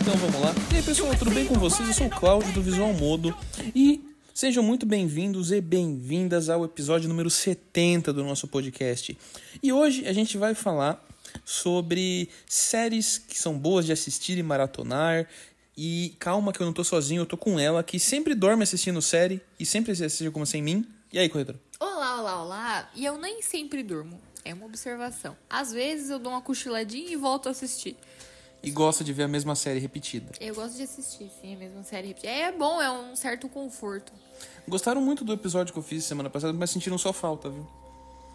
então, pessoal, tudo bem com vocês? Eu sou o Cláudio do Visual Modo e sejam muito bem-vindos e bem-vindas ao episódio número 70 do nosso podcast. E hoje a gente vai falar sobre séries que são boas de assistir e maratonar. E calma que eu não tô sozinho, eu tô com ela que sempre dorme assistindo série e sempre assiste alguma sem mim. E aí, corretor? Olá, olá, olá. E eu nem sempre durmo. É uma observação. Às vezes eu dou uma cochiladinha e volto a assistir. E gosta de ver a mesma série repetida. Eu gosto de assistir, sim, a mesma série repetida. É bom, é um certo conforto. Gostaram muito do episódio que eu fiz semana passada, mas sentiram só falta, viu?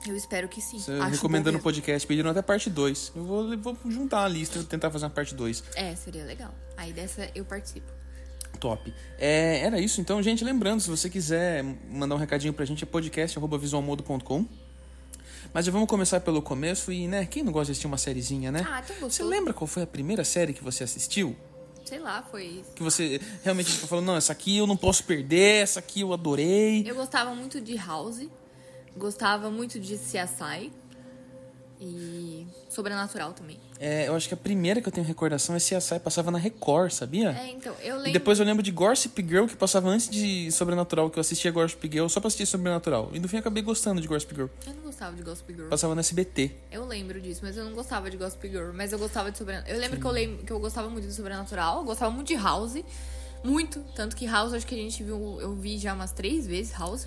Eu espero que sim. Você Acho É, recomendando o bom mesmo. podcast, pediram até parte 2. Eu vou, vou juntar a lista e tentar fazer uma parte 2. É, seria legal. Aí dessa eu participo. Top. É, era isso então, gente. Lembrando, se você quiser mandar um recadinho pra gente, é podcast.visualmodo.com. Mas já vamos começar pelo começo e, né, quem não gosta de assistir uma sériezinha, né? Ah, tão Você gostoso. lembra qual foi a primeira série que você assistiu? Sei lá, foi isso. Que você realmente tipo, falou, não, essa aqui eu não posso perder, essa aqui eu adorei. Eu gostava muito de House. Gostava muito de CSI. E Sobrenatural também. É, eu acho que a primeira que eu tenho recordação é CSI, passava na Record, sabia? É, então, eu E lembro... depois eu lembro de Gossip Girl, que passava antes de Sobrenatural, que eu assistia Gossip Girl só pra assistir Sobrenatural. E no fim eu acabei gostando de Gossip Girl. Eu não gostava de Gossip Girl. Passava no SBT. Eu lembro disso, mas eu não gostava de Gossip Girl. Mas eu gostava de Sobrenatural. Eu lembro que eu, lem... que eu gostava muito de Sobrenatural. Eu gostava muito de House. Muito. Tanto que House, acho que a gente viu... Eu vi já umas três vezes House.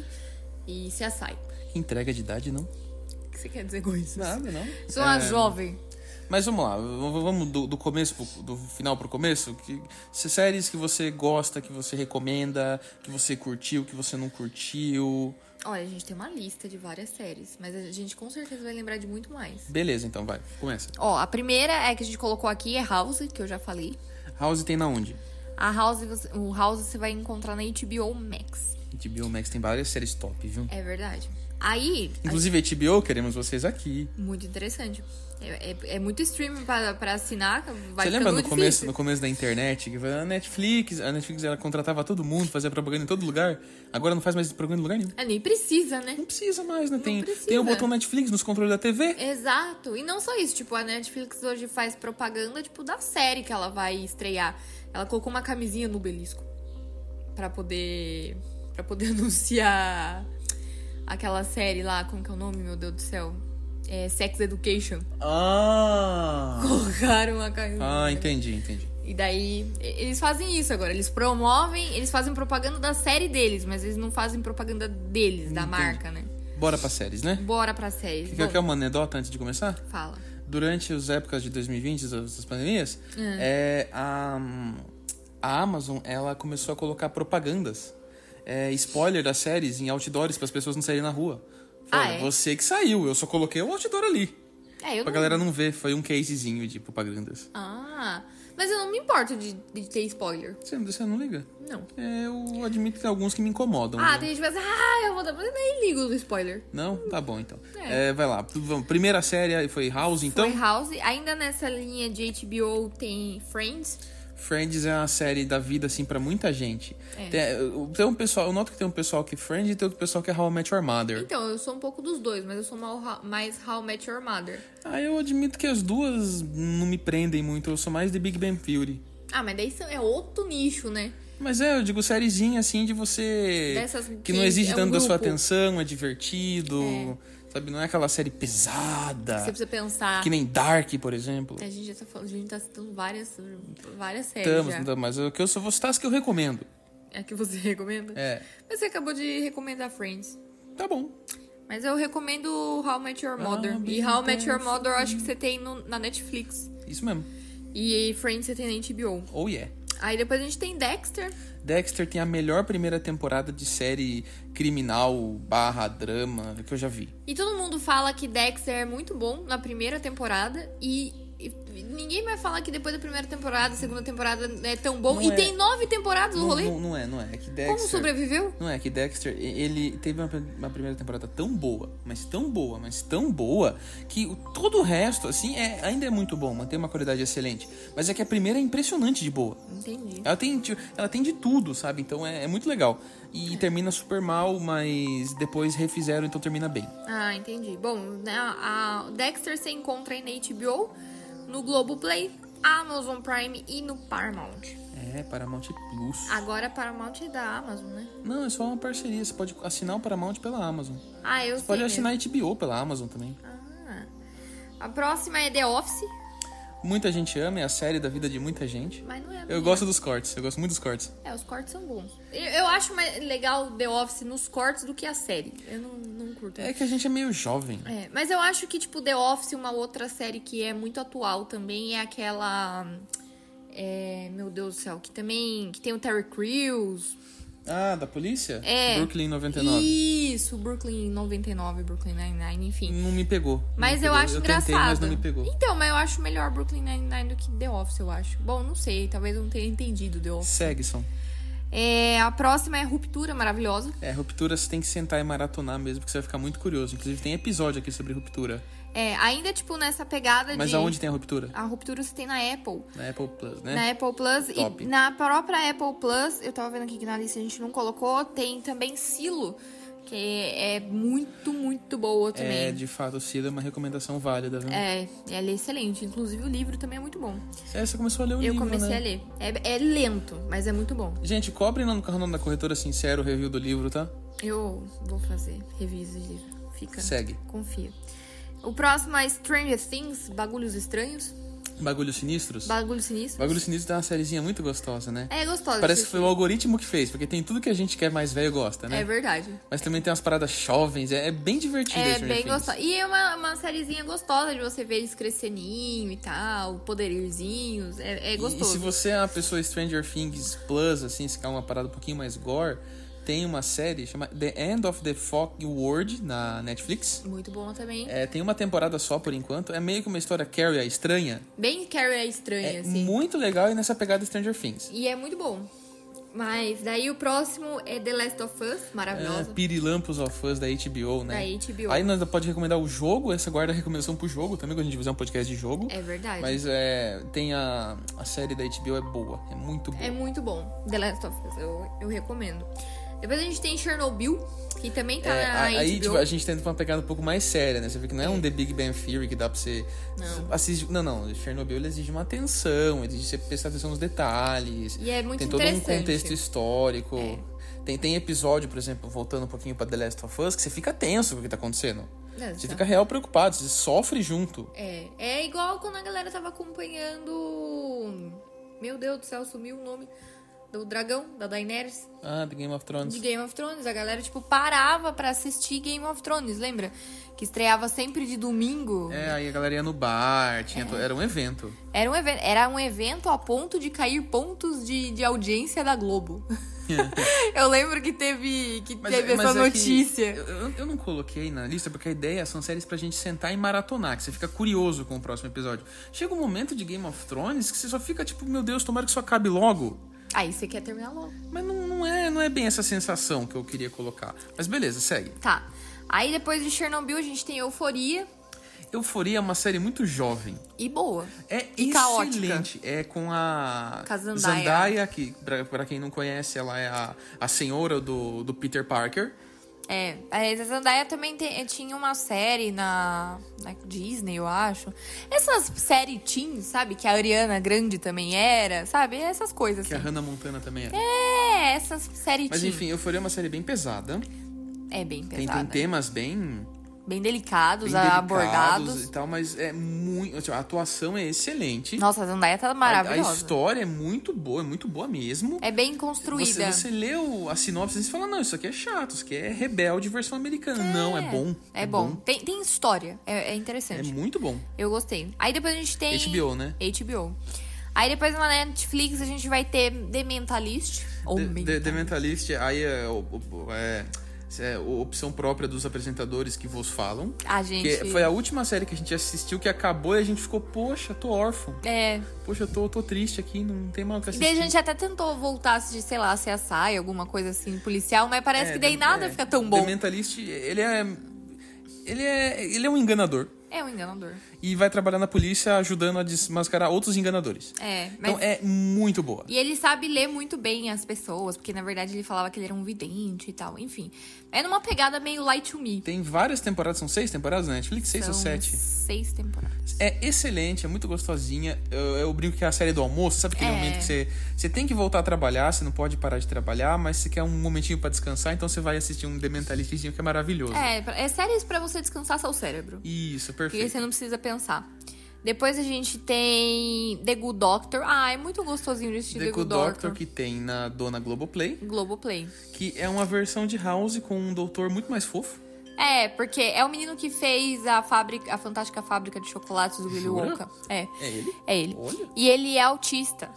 E se assai. Que entrega de idade, não? O que você quer dizer com isso? Nada, não. Sou uma É, jovem. Mas vamos lá, v- v- vamos do, do começo, pro- do final pro começo. Que, se- séries que você gosta, que você recomenda, que você curtiu, que você não curtiu. Olha, a gente tem uma lista de várias séries. Mas a gente com certeza vai lembrar de muito mais. Beleza, então vai, começa. Ó, a primeira é que a gente colocou aqui é House, que eu já falei. House tem na onde? A House, você- o House você vai encontrar na HBO Max. HBO Max tem várias séries top, viu? É verdade. Aí, a Inclusive, HBO, queremos vocês aqui. Muito interessante. É, é- é muito streaming pra, pra assinar. Vai Você ficando lembra no muito começo, difícil. no começo da internet, que foi a Netflix, a Netflix ela contratava todo mundo, fazia propaganda em todo lugar. Agora não faz mais propaganda em lugar nenhum. É, nem precisa, né? Não precisa mais, né? Tem, precisa. tem o botão Netflix nos controles da TV. Exato. E não só isso, tipo, a Netflix hoje faz propaganda, tipo, da série que ela vai estrear. Ela colocou uma camisinha no belisco Pra poder. para poder anunciar aquela série lá, como que é o nome, meu Deus do céu? É Sex Education. Ah! Colocaram a camisinha. Ah, entendi, entendi. E daí, e- eles fazem isso agora. Eles promovem, eles fazem propaganda da série deles, mas eles não fazem propaganda deles, da marca, né? Bora pra séries, né? Bora pra série. Quer, Bom, quer uma anedota antes de começar? Fala. Durante as épocas de 2020, das das pandemias, é, a, a Amazon ela começou a colocar propagandas, é, spoiler das séries em outdoors para as pessoas não saírem na rua. Fala, Ah, é? Você que saiu, eu só coloquei o outdoor ali. É, eu Pra não... galera não ver, foi um casezinho de propagandas. Ah, mas eu não me importo de, de ter spoiler. Você, você não liga? Não. É, eu admito que tem alguns que me incomodam. Ah, né? tem gente que pensa, ah, eu vou dar... Mas eu nem ligo do spoiler. Não? Tá bom, então. É. É, vai lá. Tu- vamos. Primeira série foi House, então. Foi House. Ainda nessa linha de HBO tem Friends. Friends é uma série da vida, assim, pra muita gente. É. Tem, eu- tem um pessoal, eu noto que tem um pessoal que é Friends e tem outro pessoal que é How I Met Your Mother. Então, eu sou um pouco dos dois, mas eu sou mal- mais How I Met Your Mother. Ah, eu admito que as duas não me prendem muito, eu sou mais de Big Bang Theory. Ah, mas daí são- é outro nicho, né? Mas é, eu digo sériezinha, assim, de você... Dessas que, que não exige é um tanto da sua grupo. atenção, é divertido, sabe? Não é aquela série pesada, Você precisa pensar... É. que nem Dark, por exemplo. A gente já tá falando, a gente tá citando várias, várias séries Estamos, já. então, mas o que eu só vou citar as que eu recomendo. É a que você recomenda? É, Mas você acabou de recomendar Friends. tá bom. Mas eu recomendo How I Met Ah, Your Mother. I'll E be How I Met Your there Mother eu acho que você tem no- na Netflix. Isso mesmo. E Friends você tem na HBO. Oh, yeah. Aí depois a gente tem Dexter. Dexter tem a melhor primeira temporada de série criminal barra drama que eu já vi. E todo mundo fala que Dexter é muito bom na primeira temporada. E, e ninguém vai falar que depois da primeira temporada, segunda temporada é tão bom. Não e é. tem nove temporadas no Não, rolê. não, não é, não é. É que Dexter. Como sobreviveu? Não é que Dexter, e- ele teve uma, uma primeira temporada tão boa, mas tão boa, mas tão boa, que o- todo o resto, assim, é, ainda é muito bom, mantém uma qualidade excelente. Mas é que a primeira é impressionante de boa. Entendi. Ela tem, tipo, ela tem de tudo, sabe? Então é, é muito legal. E termina super mal, mas depois refizeram, então termina bem. Ah, entendi. Bom, né, a a Dexter se encontra aí na HBO, no Globoplay, Amazon Prime e no Paramount. É, Paramount Plus. Agora a Paramount é da Amazon, né? Não, é só uma parceria. Você pode assinar o Paramount pela Amazon. Ah, eu Você pode sei assinar HBO pela Amazon também. mesmo. Ah. A próxima é The Office, Muita gente ama, é a série da vida de muita gente. mas não é a minha. Eu gosto dos cortes, eu gosto muito dos cortes. É, os cortes são bons. Eu, eu acho mais legal The Office nos cortes do que a série. Eu não, não curto. É que a gente é meio jovem. É, mas eu acho que, tipo, The Office, uma outra série que é muito atual também, é aquela. é, meu Deus do céu, que também. Que tem o Terry Crews. Ah, da polícia? É. Brooklyn 99. Isso, Brooklyn 99, Brooklyn 99, enfim. Não me pegou. Não Mas me eu pegou. acho Hum, eu engraçado. Tentei, mas não me pegou. Então, mas eu acho melhor Brooklyn 99 do que The Office, eu acho. Bom, não sei, talvez eu não tenha entendido The Office. Segue, Som. É, a próxima é Ruptura Maravilhosa. É, ruptura você tem que sentar e maratonar mesmo, porque você vai ficar muito curioso. Inclusive tem episódio aqui sobre ruptura. É, ainda, tipo, nessa pegada Mas de. aonde tem a ruptura? A Ruptura você tem na Apple. Na Apple Plus, né? Na Apple Plus Top. e na própria Apple Plus, eu tava vendo aqui que na lista a gente não colocou, tem também Silo, que é muito, muito boa É, também. de fato, o Cida é uma recomendação válida, né? É, ela é excelente. Inclusive o livro também é muito bom. É, você começou a ler o eu livro, comecei né? a ler. É, é lento, mas é muito bom. Gente, cobrem lá no canal da Corretora Sincero o review do livro, tá? Eu vou fazer revisa de livro. Fica. Segue. Confia. O próximo é Stranger Things, Bagulhos Estranhos. Bagulhos Sinistros. Bagulhos Sinistros. Bagulhos Sinistros é uma sériezinha muito gostosa, né? É gostoso. Parece que esse foi o algoritmo que fez, porque tem tudo que a gente quer mais velho gosta, né? É verdade. Mas também tem umas paradas jovens, é, é bem divertido. É esse bem Stranger Things. gostosa. E é uma, uma sériezinha gostosa de você ver eles cresceninho e tal, poderzinhos. É, é E- E, se gostoso. você é uma pessoa Stranger Things Plus, assim, se quer uma parada um pouquinho mais gore, tem uma série chamada The End of the Fog World na Netflix. Muito bom também. É, tem uma temporada só por enquanto. É meio que uma história Carrie a estranha. Bem Carrie é estranha, É assim. muito legal e nessa pegada Stranger Things. E é muito bom. Mas daí o próximo é The Last of Us, É, maravilhosa. Pirilampos of Us da HBO, né? Da HBO. Aí nós pode recomendar o jogo, essa guarda a recomendação pro jogo também, quando a gente fizer um podcast de jogo. É, verdade. Mas é, tem a, a série da HBO é boa, é muito boa. É muito bom. The Last of Us, eu, eu recomendo. Depois a gente tem Chernobyl, que também tá É, na a- aí HBO. tipo, a gente tenta uma pegada um pouco mais séria, né? Você vê que não é um The Big Bang Theory que dá pra você Não. assistir. Não, não. Chernobyl ele exige uma atenção, exige você prestar atenção nos detalhes. E é muito tem todo um interessante. É. contexto histórico. Tem, tem episódio, por exemplo, voltando um pouquinho pra The Last of Us, que você fica tenso com o que tá acontecendo. Não, Você tá. fica real preocupado, você sofre junto. É, é igual quando a galera tava acompanhando. Meu Deus do céu, sumiu o nome do dragão, da Daenerys, Ah, The Game of Thrones. de Game of Thrones. A galera, tipo, parava pra assistir Game of Thrones, lembra? Que estreava sempre de domingo. É, aí a galera ia no bar, tinha to- era um evento. Era, um evento, era um evento a ponto de cair pontos de, de audiência da Globo. eu lembro que teve, que teve essa é que notícia. eu- eu, eu não coloquei na lista, porque a ideia são séries pra gente sentar e maratonar, que você fica curioso com o próximo episódio. Chega um momento de Game of Thrones que você só fica tipo, meu Deus, tomara que isso acabe logo. Aí você quer terminar logo. Mas não, não é, não é bem essa sensação que eu queria colocar. Mas beleza, segue. Tá. Aí depois de Chernobyl a gente tem Euforia Euforia é uma série muito jovem. e boa. É E caótica. excelente. É com a Com a Zendaya. que pra, pra quem não conhece, ela é a, a senhora do, do Peter Parker. É, a Zendaya também te- tinha uma série na, na Disney, eu acho. Essas séries teen, sabe? Que a Ariana Grande também era, sabe? Essas coisas, Que a assim. Hannah Montana também é. É, essas séries Mas teen. enfim, Euforia é uma série bem pesada. É bem Tem, pesada. tem temas bem, Bem delicados, bem abordados. delicados e tal, mas é muito. tipo, A atuação é excelente. Nossa, a Zendaya tá A- A, maravilhosa. história é muito boa, é muito boa mesmo. É bem você, construída. você lê o- a sinopse e você fala, não, isso aqui é chato, isso aqui é rebelde versão americana. Não, é bom. É, bom. Tem, tem história. É, é É interessante. muito bom. Eu gostei. Aí depois a gente tem... HBO, né? HBO. Aí depois na Netflix a gente vai ter The Mentalist. Ou The, The- Mentalist. The Mentalist, aí é, o- o- é- é a opção própria dos apresentadores que vos falam. A Tá. gente... Que foi a última série que a gente assistiu que acabou e a gente ficou, poxa, tô órfão. É. Poxa, eu tô, tô triste aqui, não tem mal o que E assistir. daí a gente até tentou voltar a assistir, sei lá, se assai, alguma coisa assim, policial, mas parece É, que daí The- nada é, fica tão bom. The Mentalist, ele é. Ele é. Ele é um enganador. É um enganador. E vai trabalhar na polícia ajudando a desmascarar outros enganadores. É, mas. Então é muito boa. E ele sabe ler muito bem as pessoas, porque na verdade ele falava que ele era um vidente e tal, enfim. É numa pegada meio light to me. Tem várias temporadas, são seis temporadas na Netflix? Seis São ou sete? Seis temporadas. É excelente, é muito gostosinha. Eu, eu brinco que é a série do almoço, sabe aquele É. momento que você, você tem que voltar a trabalhar, você não pode parar de trabalhar, mas você quer um momentinho pra descansar, então você vai assistir um The Mentalistzinho que é maravilhoso. É, pra- é séries pra você descansar seu cérebro. Isso, Porque aí perfeito. você não precisa pensar. Depois a gente tem The Good Doctor. Ah, é muito gostosinho de assistir The, Good Doctor. que tem na Dona Globoplay, Globoplay. que é uma versão de House com um doutor muito mais fofo. É, porque é o menino que fez a fábrica, a fantástica fábrica de chocolates do Willy Jura? Wonka. É, É ele? é ele. Olha. E ele é autista.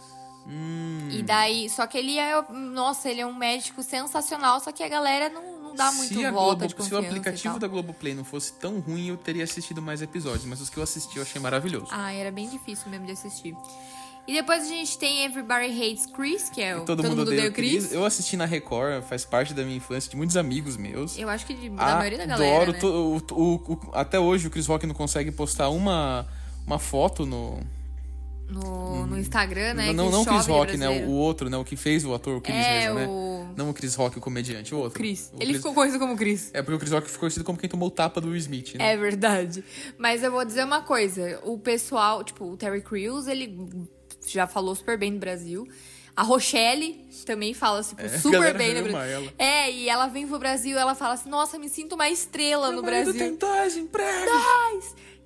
Hum, E daí, só que ele é, nossa, ele é um médico sensacional, só que a galera não, não dá muito se a volta de Globo- Se confiança o e aplicativo tal. da Globoplay não fosse tão ruim, eu teria assistido mais episódios, mas os que eu assisti eu achei maravilhoso. Ah, era bem difícil mesmo de assistir. E depois a gente tem Everybody Hates Chris, que é o Todo, mundo odeia o Chris. Eu, Eu assisti na Record, faz parte da minha infância, de muitos amigos meus. Ah, acho que de- da maioria da galera, Adoro. né? to- o- o- o- até hoje o Chris Rock não consegue postar uma, uma foto no. No, no Instagram, né? Uhum. não, que não o Chris chove Rock, né? brasileiro. O outro, né? O que fez o ator, o Chris É, mesmo, né? o Não o Chris Rock, o comediante, o outro. Chris. O Ele Chris- ficou conhecido como Chris. É porque o Chris Rock ficou conhecido como quem tomou o tapa do Will Smith, né? É verdade. Mas eu vou dizer uma coisa. O pessoal, tipo, o Terry Crews, ele já falou super bem do Brasil. A Rochelle também fala, tipo, É, a super galera bem no ama Brasil. ela. É, e ela vem pro Brasil ela fala assim, nossa, me sinto uma estrela no Brasil. tem dois empregos.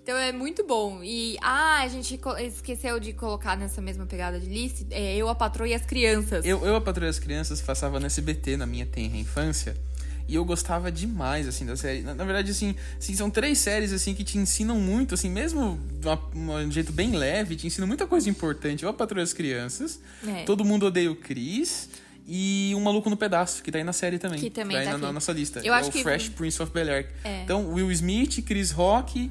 Então é muito bom. E, ah, a gente co- esqueceu de colocar nessa mesma pegada de list, é, Eu, a Patroa e as Crianças. Eu, eu a Patrulha das Crianças passava no SBT na minha tenra infância. E eu gostava demais, assim, da série. Na, na verdade, assim, assim, são três séries, assim, que te ensinam muito, assim, mesmo de uma- uma- de um jeito bem leve, te ensinam muita coisa importante. Eu, a Patrulha das Crianças, É. Todo Mundo Odeia o Cris e Um Maluco no Pedaço, que tá aí na série também. Que também tá aí tá na, na aqui. nossa lista. Eu é acho o que- Fresh Prince of Bel-Air. É. Então, Will Smith, Chris Rock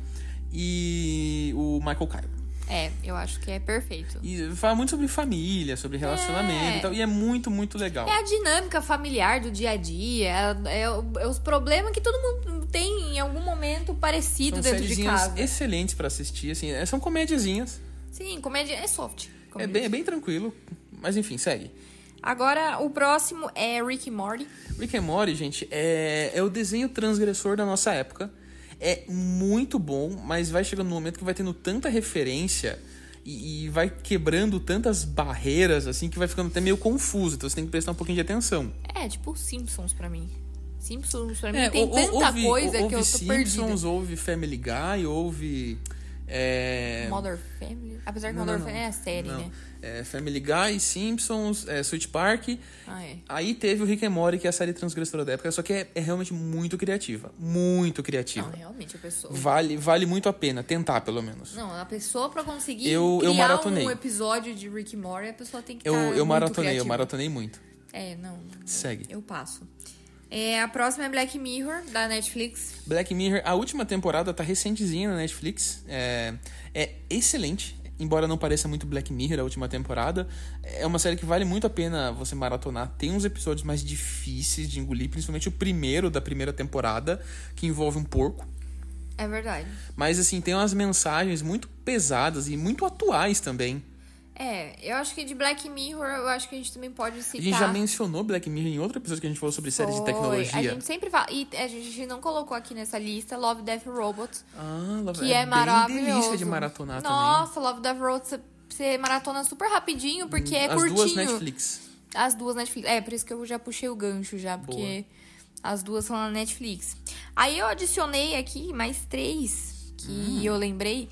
e o Michael Caio. É, eu acho que é perfeito. E fala muito sobre família, sobre relacionamento É. e tal. E é muito, muito legal. É a dinâmica familiar do dia a dia, é, é o- é os problemas que todo mundo tem em algum momento parecido São dentro de sériezinhas casa. excelentes pra assistir, assim, é- são comédiazinhas. Sim, comédia é soft. É comédia. bem, é bem tranquilo. Mas enfim, segue. Agora, o próximo é Rick e Morty. Rick and Morty, gente, é, é o desenho transgressor da nossa época. É muito bom, mas vai chegando no momento que vai tendo tanta referência e, e vai quebrando tantas barreiras, assim, que vai ficando até meio confuso. Então você tem que prestar um pouquinho de atenção. É, tipo os Simpsons pra mim. Simpsons pra mim É, tem ou- ou- tanta ouve- coisa ou- que eu ouve tô Simpsons, perdida. Houve Family Guy, houve... é, Mother Family. Apesar que Não, Mother não, Family é a série, não. né? É, Family Guy, Simpsons, é, Sweet Park... Ah, é. Aí teve o Rick and Morty, que é a série transgressora da época, só que é, é realmente muito criativa. Muito criativa. Não, realmente, a pessoa. Vale, vale muito a pena tentar, pelo menos. Não, a pessoa pra conseguir Eu- eu criar maratonei. um episódio de Rick e Morty, a pessoa tem que Eu, estar eu maratonei, eu Tá, criativa. maratonei muito. É, não. Segue. Eu passo. É, a próxima é Black Mirror, da Netflix. Black Mirror, a última temporada tá recentezinha na Netflix. É, é excelente. Embora não pareça muito Black Mirror a última temporada, é uma série que vale muito a pena você maratonar. Tem uns episódios mais difíceis de engolir, principalmente o primeiro da primeira temporada, que envolve um porco. É verdade. Mas assim, tem umas mensagens muito pesadas e muito atuais também. É, eu acho que de Black Mirror, eu acho que a gente também pode citar. A gente já mencionou Black Mirror em outro episódio que a gente falou sobre séries de tá. Foi. tecnologia. A gente sempre fala. E a gente não colocou aqui nessa lista Love, Death Robots, Ah, Love- que é, bem maravilhoso. delícia de maratonar também. Nossa, Love, Death Robots, você- você maratona super rapidinho, porque é As curtinho. duas Netflix. As duas Netflix. É, por isso que eu já puxei o gancho já, porque as duas são na Netflix. Aí eu adicionei aqui mais três que Hum. eu lembrei.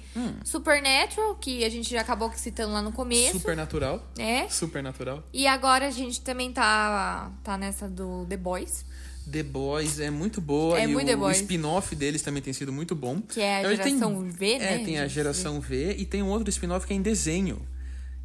Supernatural, que a gente já acabou citando lá no começo, Supernatural. né? Supernatural. E agora a gente também tá, tá nessa do The Boys, The Boys é muito boa. É e muito o, The o Boys. spin-off deles também tem sido muito bom. que é a Na verdade, geração tem, V, né? É, tem a gente? geração V e tem um outro spin-off que é em desenho.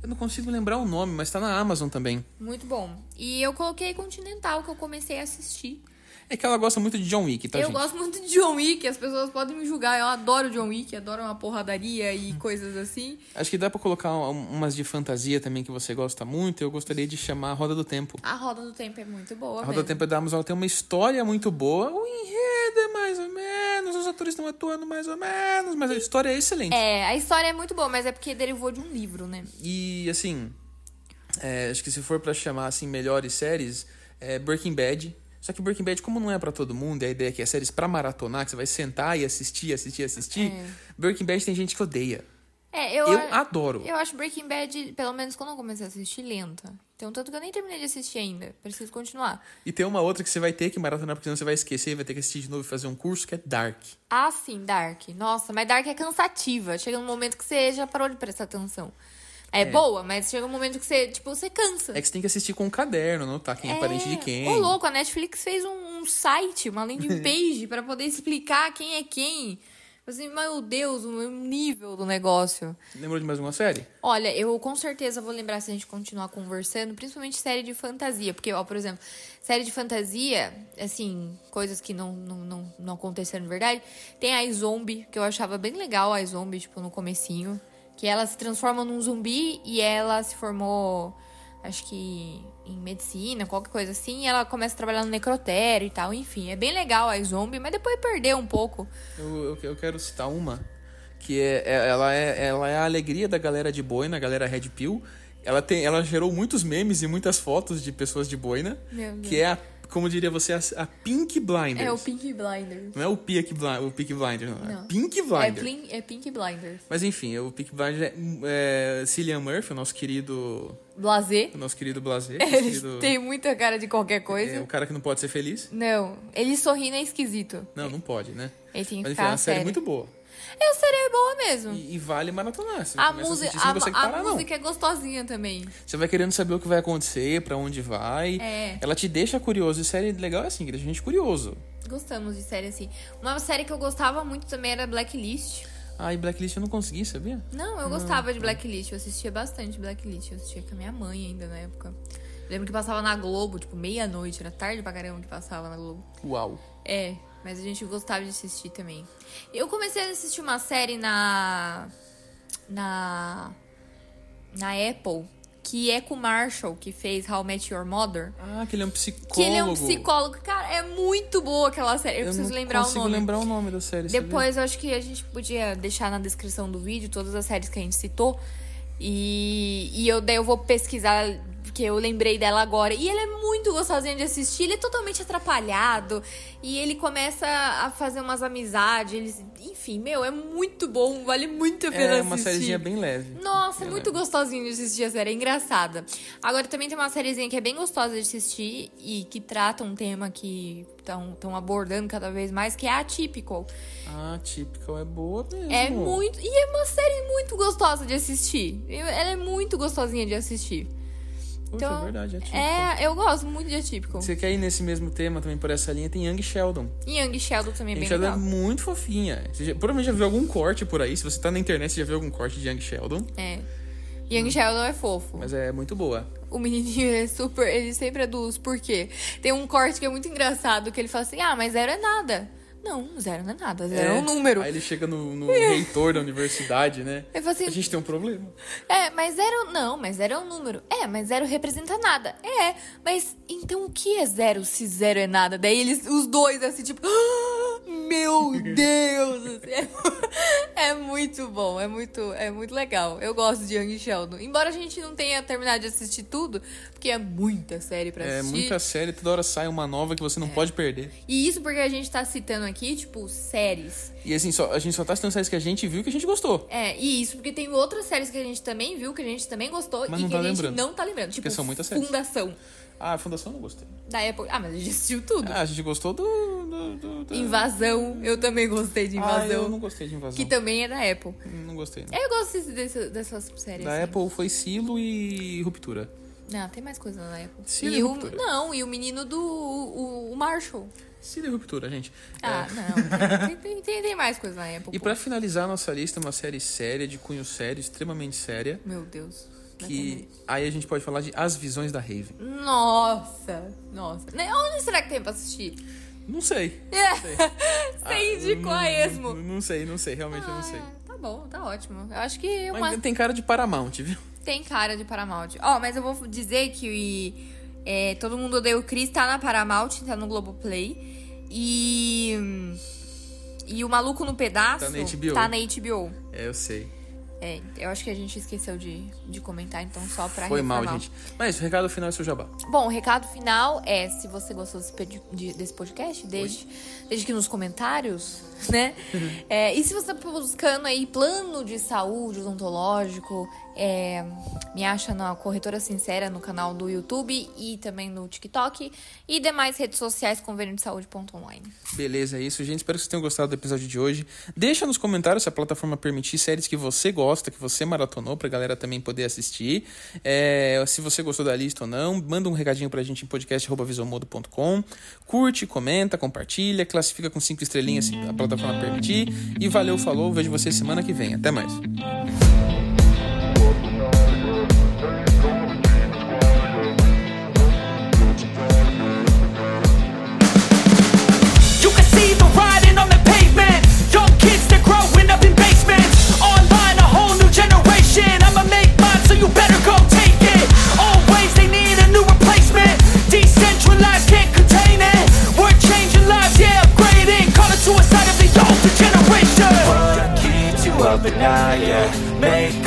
Eu não consigo lembrar o nome, mas tá na Amazon também. Muito bom. E eu coloquei Continental, que eu comecei a assistir. É que ela gosta muito de John Wick, tá, eu gente? gosto muito de John Wick, as pessoas podem me julgar. Eu adoro John Wick, adoro uma porradaria e Hum. coisas assim. Acho que dá pra colocar um- umas de fantasia também que você gosta muito. Eu gostaria de chamar a Roda do Tempo. A Roda do Tempo é muito boa. A Roda mesmo. do Tempo é da Amazon ela tem uma história muito boa. O enredo é mais ou menos, os atores estão atuando mais ou menos, mas a história é excelente. É, a história é muito boa, mas é porque derivou de um livro, né? E assim, é, acho que se for pra chamar assim melhores séries, é Breaking Bad. Só que Breaking Bad, como não é pra todo mundo, e a ideia é que é séries pra maratonar, que você vai sentar e assistir, assistir, assistir, Breaking Bad tem gente que odeia. É, Eu, eu, a- adoro. eu acho Breaking Bad, pelo menos quando eu comecei a assistir, lenta. Então, tanto que eu nem terminei de assistir ainda. Preciso continuar. E tem uma outra que você vai ter que maratonar, porque senão você vai esquecer e vai ter que assistir de novo e fazer um curso, que é Dark. Ah, sim, Dark. Nossa, mas Dark é cansativa. Chega um momento que você já parou de prestar atenção. É, boa, mas chega um momento que você, tipo, você cansa. É que você tem que assistir com um caderno, anotar quem é, parente de quem. Ô, louco, a Netflix fez um, um site, uma landing page, pra poder explicar quem é quem. Assim, meu Deus, o nível do negócio. Lembrou de mais uma série? Olha, eu com certeza vou lembrar se a gente continuar conversando, principalmente série de fantasia. Porque, ó, por exemplo, série de fantasia, assim, coisas que não, não, não, não aconteceram de verdade. Tem a iZombie, que eu achava bem legal a iZombie, tipo, no comecinho. Que ela se transforma num zumbi e ela se formou, acho que em medicina, qualquer coisa assim. E ela começa a trabalhar no necrotério e tal. Enfim, é bem legal a iZombie, mas depois perdeu um pouco. Eu, eu, eu quero citar uma, que é, é- ela, é, ela é a alegria da galera de boina, a galera Red Pill. Ela, tem, ela gerou muitos memes e muitas fotos de pessoas de boina, Meu Deus. que é, a, como diria você, a, a Pink Blinders. É o Pink Blinders. Não é o Peak, Bli- o Peak Blinders, não. É Não. Pink É, Blinders. Plin- é Pink Blinders. Mas enfim, o Peak Blinders é, é Cillian Murphy, o nosso querido, Blazer. o nosso querido Blazer. nosso É, Ele querido- tem muita cara de qualquer coisa. É, o cara que não pode ser feliz. Não, ele sorrindo é esquisito. Não, não pode, né? Ele tem que Mas enfim, ficar é uma série sério. muito boa. É, a série é boa mesmo. E, e vale maratonar. Se você a começa música, assistir, você não a, consegue a parar, não. música é gostosinha também. Você vai querendo saber o que vai acontecer, pra onde vai. É. Ela te deixa curioso. E série legal é assim, que deixa a gente curioso. Gostamos de série assim. Uma série que eu gostava muito também era Blacklist. Ah, e Blacklist eu não consegui, sabia? Não, eu gostava hum. de Blacklist. Eu assistia bastante Blacklist. Eu assistia com a minha mãe ainda na época. Eu lembro que passava na Globo, tipo, meia-noite. Era tarde pra caramba que passava na Globo. Uau. É, mas a gente gostava de assistir também. Eu comecei a assistir uma série na. Na. Na Apple, que é com o Marshall, que fez How I Met Your Mother. Ah, que ele é um psicólogo. Que ele é um psicólogo. Cara, é muito boa aquela série. Eu, Eu preciso não lembrar o consigo nome. lembrar o nome da série. sabia? Depois eu acho que a gente podia deixar na descrição do vídeo todas as séries que a gente citou. E, e eu, daí eu vou pesquisar, porque eu lembrei dela agora. E ele é muito gostosinho de assistir, ele é totalmente atrapalhado. E ele começa a fazer umas amizades. Eles, enfim, meu, é muito bom, vale muito a pena É assistir. uma sériezinha bem leve. Nossa, é Bem muito leve. gostosinho de assistir a série, é engraçada. Agora também tem uma sériezinha que é bem gostosa de assistir e que trata um tema que estão abordando cada vez mais, que é atípico. Ah, Typical é boa mesmo. É muito. E é uma série muito gostosa de assistir. Eu- Ela é muito gostosinha de assistir. Puxa, então, é verdade, é Typical. É, eu gosto muito de atípico. Você quer ir nesse mesmo tema também por essa linha? Tem Young Sheldon. E Young Sheldon também é Young bem Sheldon é legal. muito fofinha. Você já- provavelmente já viu algum corte por aí. Se você tá na internet, você já viu algum corte de Young Sheldon. É. Young Sheldon é fofo. Mas é muito boa. O menininho ele é super. Ele sempre é dos por quê? Tem um corte que é muito engraçado que ele fala assim: ah, mas zero é nada. Não, zero não é nada, zero é, um número. Aí ele chega no, no reitor da universidade, né? Ele fala assim: A gente tem um problema. É, mas zero. Não, mas zero é um número. É, mas zero representa nada. É, mas então o que é zero se zero é nada? Daí eles, os dois, assim, tipo. "Ah, Meu Deus! assim, É, é muito bom, é muito, é muito legal. Eu gosto de Young Sheldon. Embora a gente não tenha terminado de assistir tudo, porque é É. muita série pra É assistir. muita série, toda hora sai uma nova que você não pode perder. E isso porque a gente tá citando aqui, tipo, séries. E assim, só, a gente só tá assistindo séries que a gente viu e que a gente gostou. É, e isso porque tem outras séries que a gente também viu, que a gente também gostou Mas e não que tá a gente lembrando. é não tá lembrando. Tipo, são muitas séries. Fundação. Ah, a Fundação eu não gostei. Da Apple. Ah, mas a gente assistiu tudo. Ah, a gente gostou do. do, do- do- Invasão. Eu também gostei de Ah, Invasão. eu não gostei de Invasão. Que É também é da Apple. Não gostei. Não. Eu gosto desse- desse- dessas séries. Da assim. Apple foi Silo e Ruptura. Não, tem mais coisa na Apple. Sim, né, e o, Ruptura. não, e o menino do. O, o Marshall. Silo e Ruptura, gente. É, Ah, não. Tem, tem- tem- tem mais coisa na Apple. E pô. pra finalizar a nossa lista, uma série séria, de cunho sério, extremamente séria, Meu Deus. é que aí a gente pode falar de As Visões da Raven. Nossa, nossa. Né, Onde será que tem pra assistir? Não sei. Você indicou a Não, esmo. não sei, não sei, realmente eu não sei. Ah, tá bom, tá ótimo. Eu acho que é uma Mas tem cara de Paramount, viu? Tem cara de Paramount. Ó, mas eu vou dizer que é, Todo Mundo Odeia o Chris tá na Paramount, tá no Globoplay. E. E o Maluco no Pedaço. Tá na HBO. Tá na HBO. É, eu sei. É, eu acho que a gente esqueceu de, de comentar, então só pra Foi mal, reformar. gente. Mas o recado final é seu jabá. Bom, o recado final é, se você gostou desse, pedi- de- desse podcast, deixe, deixe aqui nos comentários, né? É, e se você tá buscando aí plano de saúde odontológico, é, me acha na Corretora Sincera no canal do YouTube e também no TikTok e demais redes sociais convênio de saúde.online. Beleza, é isso, gente. Espero que vocês tenham gostado do episódio de hoje. Deixa nos comentários se a plataforma permitir séries que você gosta, que você maratonou, pra galera também poder assistir. É, se você gostou da lista ou não, manda um recadinho pra gente em podcast.visomodo.com. Curte, comenta, compartilha, classifica com cinco estrelinhas se a plataforma permitir. E valeu, falou, vejo vocês semana que vem. Até mais. You can see them riding on the pavement. Young kids, they're growing up in basements. Online, a whole new generation. I'ma make mine, so you better go take it. Always, they need a new replacement. Decentralized, can't contain it. We're changing lives, yeah, upgrading. Call it suicide of the older generation. What keeps you up at night, yeah? Make